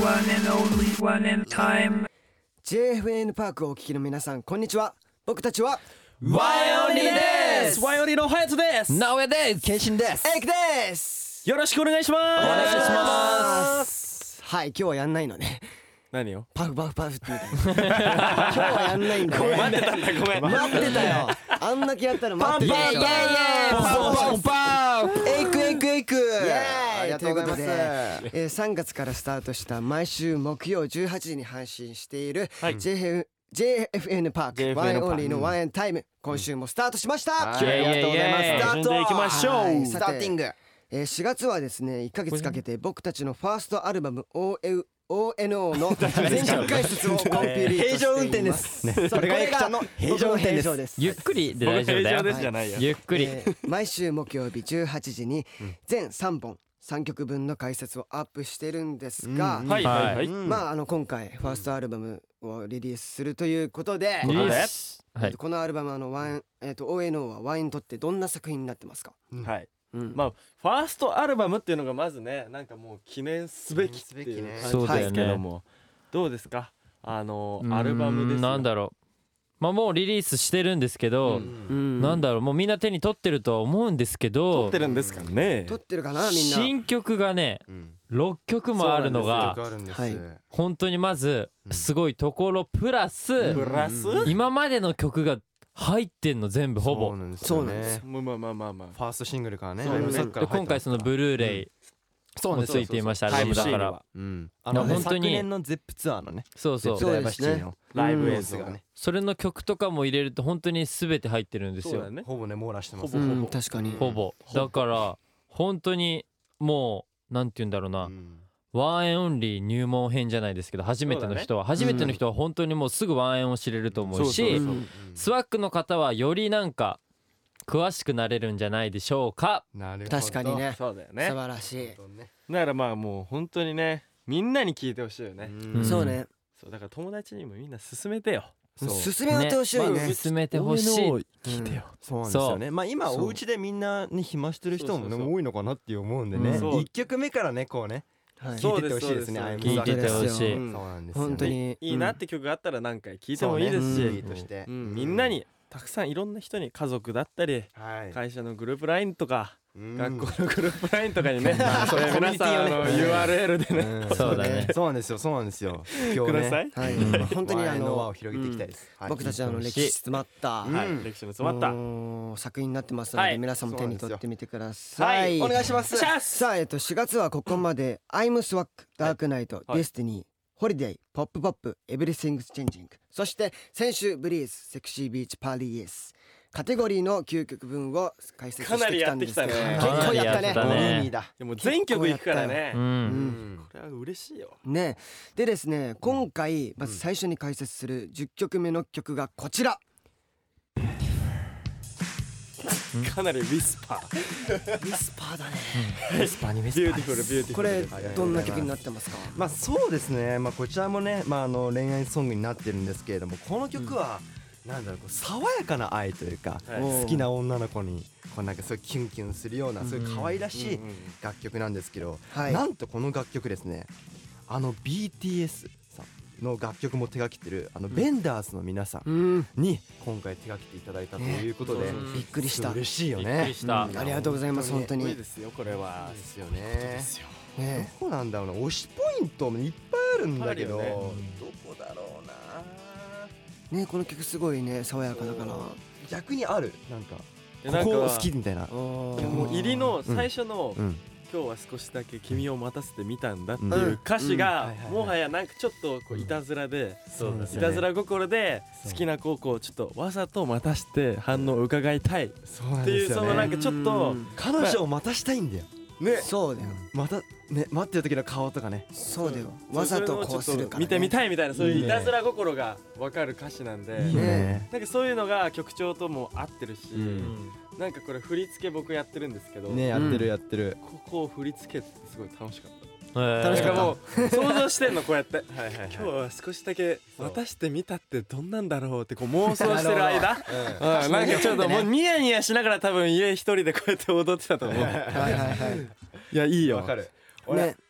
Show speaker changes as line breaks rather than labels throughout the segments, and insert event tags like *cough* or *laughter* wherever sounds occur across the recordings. One and only one and time.
JFN パークをお聞きの皆さんこんにちは僕たちは
ワイオリです
ワイオリのハヤトです
直江です
謙信ですエイクです
よろしくお願いしますお
願いします
はい今日はやんないのね
何を
パフパフパフってみ
*laughs*
たいな今日はやんないんだね
待ってたんだごめん
待
*laughs*
ってたよあんだけやったら待ってたよ
ンパン
エイクエイクエイク
ありがとうございます
ということで、えー、3月からスタートした毎週木曜18時に配信している JFN, JFN パー
JFN
ク
パ
ワ
ー
ン
ク
オンリーのワンエンタイム今週もスタートしました、
イエイ
ありがとうございます
イエイイエイ
スタート
順でいきましょう
はい
ス
さ
タ
て
ーティング
えー、4月はですね1ヶ月かけて僕たちのファーストアルバム OL ONO
*laughs*
の全曲解説をコンピューリートしています
平常運転です
そうこれがエイクちゃんの平常運転です
ゆっくりで
僕
大丈夫だ
平
よ
常ですじゃないよ
ゆっくり、
えー毎週木曜日18時に全3本3曲分の解説をアップしてるんですが、
はいはいは
はい
い
まああの今回ファーストアルバムをリリースするということで、
リリ
あ
ー
れ
スはい
このアルバムあのワイン、えー、と ONO はワインにとってどんな作品になってますか、
はい
うん
まあファーストアルバムっていうのがまずねなんかもう記念すべきってい
記
う
念すべきね
感じですけどもどうですかあのアルバムで
うー
す
んなんだろうまあもうリリースしてるんですけど、
うん
なんだろうもうみんな手に取ってるとは思うんですけ
撮
ど
ってるんですかね
撮ってるかなみんな
新曲がね
うん
6曲もあるのが
あるんです
はい
本当にまずすごいところプラス
プラス
う
今までの曲が入ってんの全部ほぼ
そうなんですよね
まあまあまあまあま
ファーストシングルからね
そう
アルバム
そ
サ
う
ッカー
で
が入
今
ったの
回そのブルーレイ
そう
も
ね
ついていましたアル
あ
バムだか
ライブシーン
ら
は
うんあの
いや
ね
本当
昨
に
年のゼップツアーのね
そうそう
そう
ゼップダイバーシティの
ライブ映
レー
像
ス
が
が
ね
ね
それの曲とかも入れると本当に全て入ってるんです
そう
よ
だね
ほぼね網羅してます
ほぼ
うん確かに
ほぼだから本当にもうなんて言うんだろうな、
うん
ワンエンオンリー入門編じゃないですけど初めての人は、初めての人は本当にもうすぐワンエンを知れると思うし
そうそう
うん
スワックの方はよりなんか詳しくなれるんじゃないでしょうか
なるほど
確かにね
そうだよね
素晴らしい、
だからまあもう本当にねみんなに聞いてほしいよね、
うん
そうね
そうだから友達にもみんな勧めてよ
そう
進め合ってほしいね
ねまあ
進めてほしい
俺の聞いてよ、
そうなんですよ
そ
ねまあ今
そう
お家でみんなね暇してる人も
そう
ね
そうそう
多いのかなって思うんで
う
ね
ん
そう
一曲目からねこうね
はい
そう
聞いててほしいですね
そうです
聞いててほしい、
う
そ
ん
うなんですよね
本当に
いいなって曲があったら何回聞いてもいいですし、
そうねうんリピートして
うんみんなにたくさんいろんな人に家族だったり
はい
会社のグループラインとか、
うん
学校のグループラインとかに
*laughs*
ね、
そう
えー
コミ
皆
ュニ
さ
テ
ん
ィを
あ
ね
の URL でね、
うん
そうだね
そうなんですよそうなんですよ今
く
日
ださ
ね
い、
はい本当
本当
に
に
あ
あの輪
の
を広げていきたいですはい
僕たちのあの歴史詰まった、
うん
はい歴史の詰まった、
もう作品になってますので、
はい
皆さんも手に
そ
取
うなんですよ
ってみてください、
はいお
願いします
シャス
さあえっと4月はここまで「アイムスワック」「ダークナイト」デ
はい
ィスティニー」「ホリデイ」「ポップポップ」「エブリシングス・チェンジング」そして先週「ブリーズ」「セクシー・ビーチ・パーリー・イエス」カテゴリーの究極分を解説してきたんですけど
かなりやっ
結
てきたね
構やった
かなりやった
ね
ね
海だ
でも全曲いくからね、
う、
うんん
これは嬉しいよ
ねでですね今回まず最初に解説する10曲目の曲がこちら
かなりウィスパー
ウィスパーだね
スパニメ
ビューティフルビューティフ
こ
ル
れどんな曲になってますか
まあそうですねまあこちらもねまああの恋愛ソングになってるんですけれどもこの曲はなんだろうこう爽やかな愛というか
はい
好きな女の子にこうなんかそういうキュンキュンするようなそういう可愛らしい
うんうん
楽曲なんですけど
はい
なんとこの楽曲ですねあの BTS さんの楽曲も手掛けてるあのベンダーズの皆さん
うん
に今回手掛けていただいたということで
ねびっくりした
嬉しいよ
びっく
ね
りした、
ありがとうございます本当
かっこいい
に
ですよこれは
ですよね
ですよ
ね
どこなんだろうな推しポイントもいっぱいあるんだけど、
いっぱいあるよ
どこだろうな
ねこの曲すごいね爽やかだから
逆にあるなんか
えなんか
ここ好きみたいな
も
もう入りの最初の
うん
「今日は少しだけ君を待たせてみたんだ」って
う
い
ん
う歌詞
うん
が
はいはいはい
もはやなんかちょっとこういたずらで
そうだ
い
ね
たずら心で
そう
好きな子をこうちょっとわざと待たして反応を伺いたいっ
そうなん
て
で
いう
すよ
そ
ね
のなんかちょっと
うん
彼女を待たしたいんだよ
ね
そうだよ
またね待ってる時の顔とかね
そうだよわざとこうするからね
見てみたいみたいなそう
い
い
いうね
いたずら心がわかる歌詞なんで
いい
ね
ね
なんかそういうのが曲調とも合ってるし
うん
なんかこれ振り付け僕やってるんですけど
ねやってるやってる、
ここを振り付けってすごい楽しかった。
楽
楽しかった
なんかもう想像してんのこうやって今日 *laughs* は少しだけ渡してみたってどんなんだろうってこう妄想してる *laughs* 間うんなんかちょっともうニヤニヤしながら多分家一人でこうやって踊ってたと思う
はいはいはい
*laughs*
いやいいよ
わかる
ね
*laughs*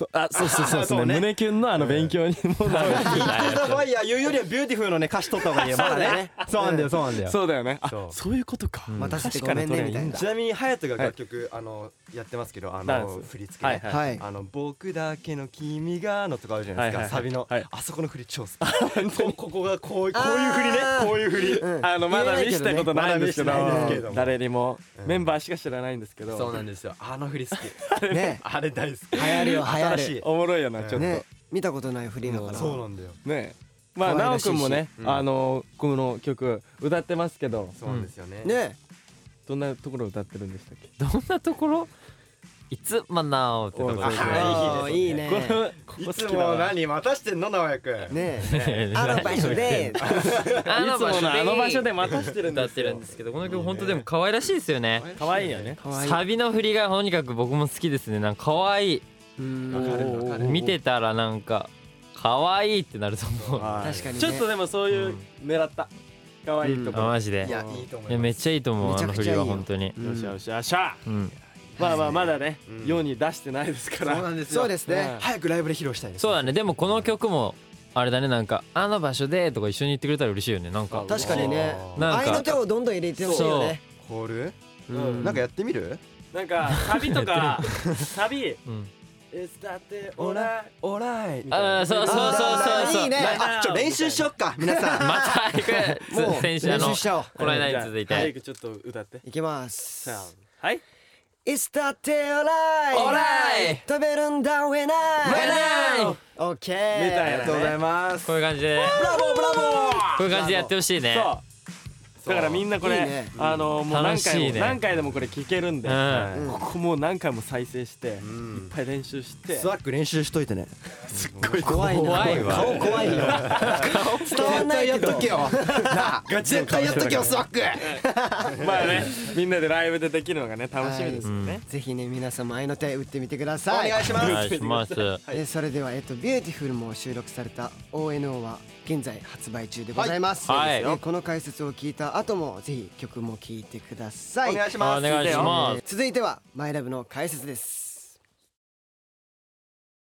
そうあそうそうそうです
そう
ね
ね
胸キュンのあの勉強にもなる
キングザファイヤー言うよりはビューティフルのね歌詞取った方がいいよまだね *laughs* そうなんだよそうなんだよ
そうだよねあ
そう
そういうことか
待たせて
確かに
ごめんねみたいな
ちなみに隼人が楽曲、あのやってますけどあ
ダン
の
ス
振り付け、
はい
ね
はい
はい
あの僕だけの君がのとかあるじゃないですか、
はいはいはい
サビの、
はい
あそこの振り超好きこここがこういうこういう振りね
あー
こういう振り、
うん
あのまだ見したことないんですけど
まだ見してないですけども
誰にも
うん
メンバーしか知らないんですけど
そうなんですよあの振り好き
ね
あれ大好き
流行るよ流行
新
る
しい
おもろいよなちょっと
ね見たことない振りだから
そうなんだよ
ねまあ
可愛
奈
ら
緒
しいし
くんもね
うん
あのこの曲歌ってますけど
そうなんですよね、
ね
どんなところ歌ってるんでしたっけ
どんなところいつもなおってところ
おうそう
で
そ
す
う
ね
あーいいね
このここ
い
好
つ
きだ
も
わ
何待たしてんの直哉くん
ね
*laughs*
あの場
あ
所で
いつものあの場所で待たしてるん
歌
で
っ
す
てるん
よ
ですけどこの曲本当でも可愛らしいですよね
可愛いよね
可愛い
サビの振りがとにかく僕も好きですねなんか可愛い
うん
わかるわかる
見てたらなんか可愛いってなると思
*laughs*
う
はい
確かにね
ちょっとでもそういう狙った可愛いと
あ
こ
マジで
いやいいと思
い
い
やめ
ま
っちゃいいと思う
め
あ
ちゃ
の
く
振
ち
り
ゃいいよ
は本当に
うん
よしよしよっしゃ
うん
まあまあまだね
うん
世に出してないですから
そうなんですよ
そうですね
早くライブで披露したいです
そうだねでもこの曲もあれだねなんか「あの場所で」とか一緒に言ってくれたら嬉しいよねなんか
あ
確かにね
なんか
愛の手をどんどん入れてほしいよね
コール
うん
なんかやってみる
なんかサビとかサビ
うん
「えだってオラ
オーライ
あーそうそうそうそうそう
いいね
あちょ練習しよっか
*laughs*
皆さん
また行く
もう練
先週あの
習しちゃおう
この間に続い
早
て
くちょっと歌って
いきます
はい
いつだってオーライ
オーライ
飛べるんだウェナイ
ウェナイ
オッケー
みたいなねありがとうござい
ます
こういう感じで
ブラボーブラボー
こういう感じでやってほしいね
そうだからみんなこ
いい
れ
ね
あのもう
楽
何
し
回
い
も
ね
何回でもこれ聴けるんで
うん
はい
うん
ここもう何回も再生していっ
ん
ぱい練習して
スワック練習しといてね
すっごい
怖いな
怖いわ
顔怖いよ伝わん *laughs* ないけど
よなあ絶対やっとけよスワック
まあねみんなでライブでできるのがね楽しみですよね
*laughs* ぜひね皆さんも愛の手打ってみてください
お願いし
お
ます
願いします
えーそれでは、えっと、ビューティフルも収録された ONO は現在発売中でございます。
はいはい
えーこの解説を聞いた後も、ぜひ曲も聴いてください。
お願いし
お
ます
願いし
え
ま
ー続いては、マイラブの解説です。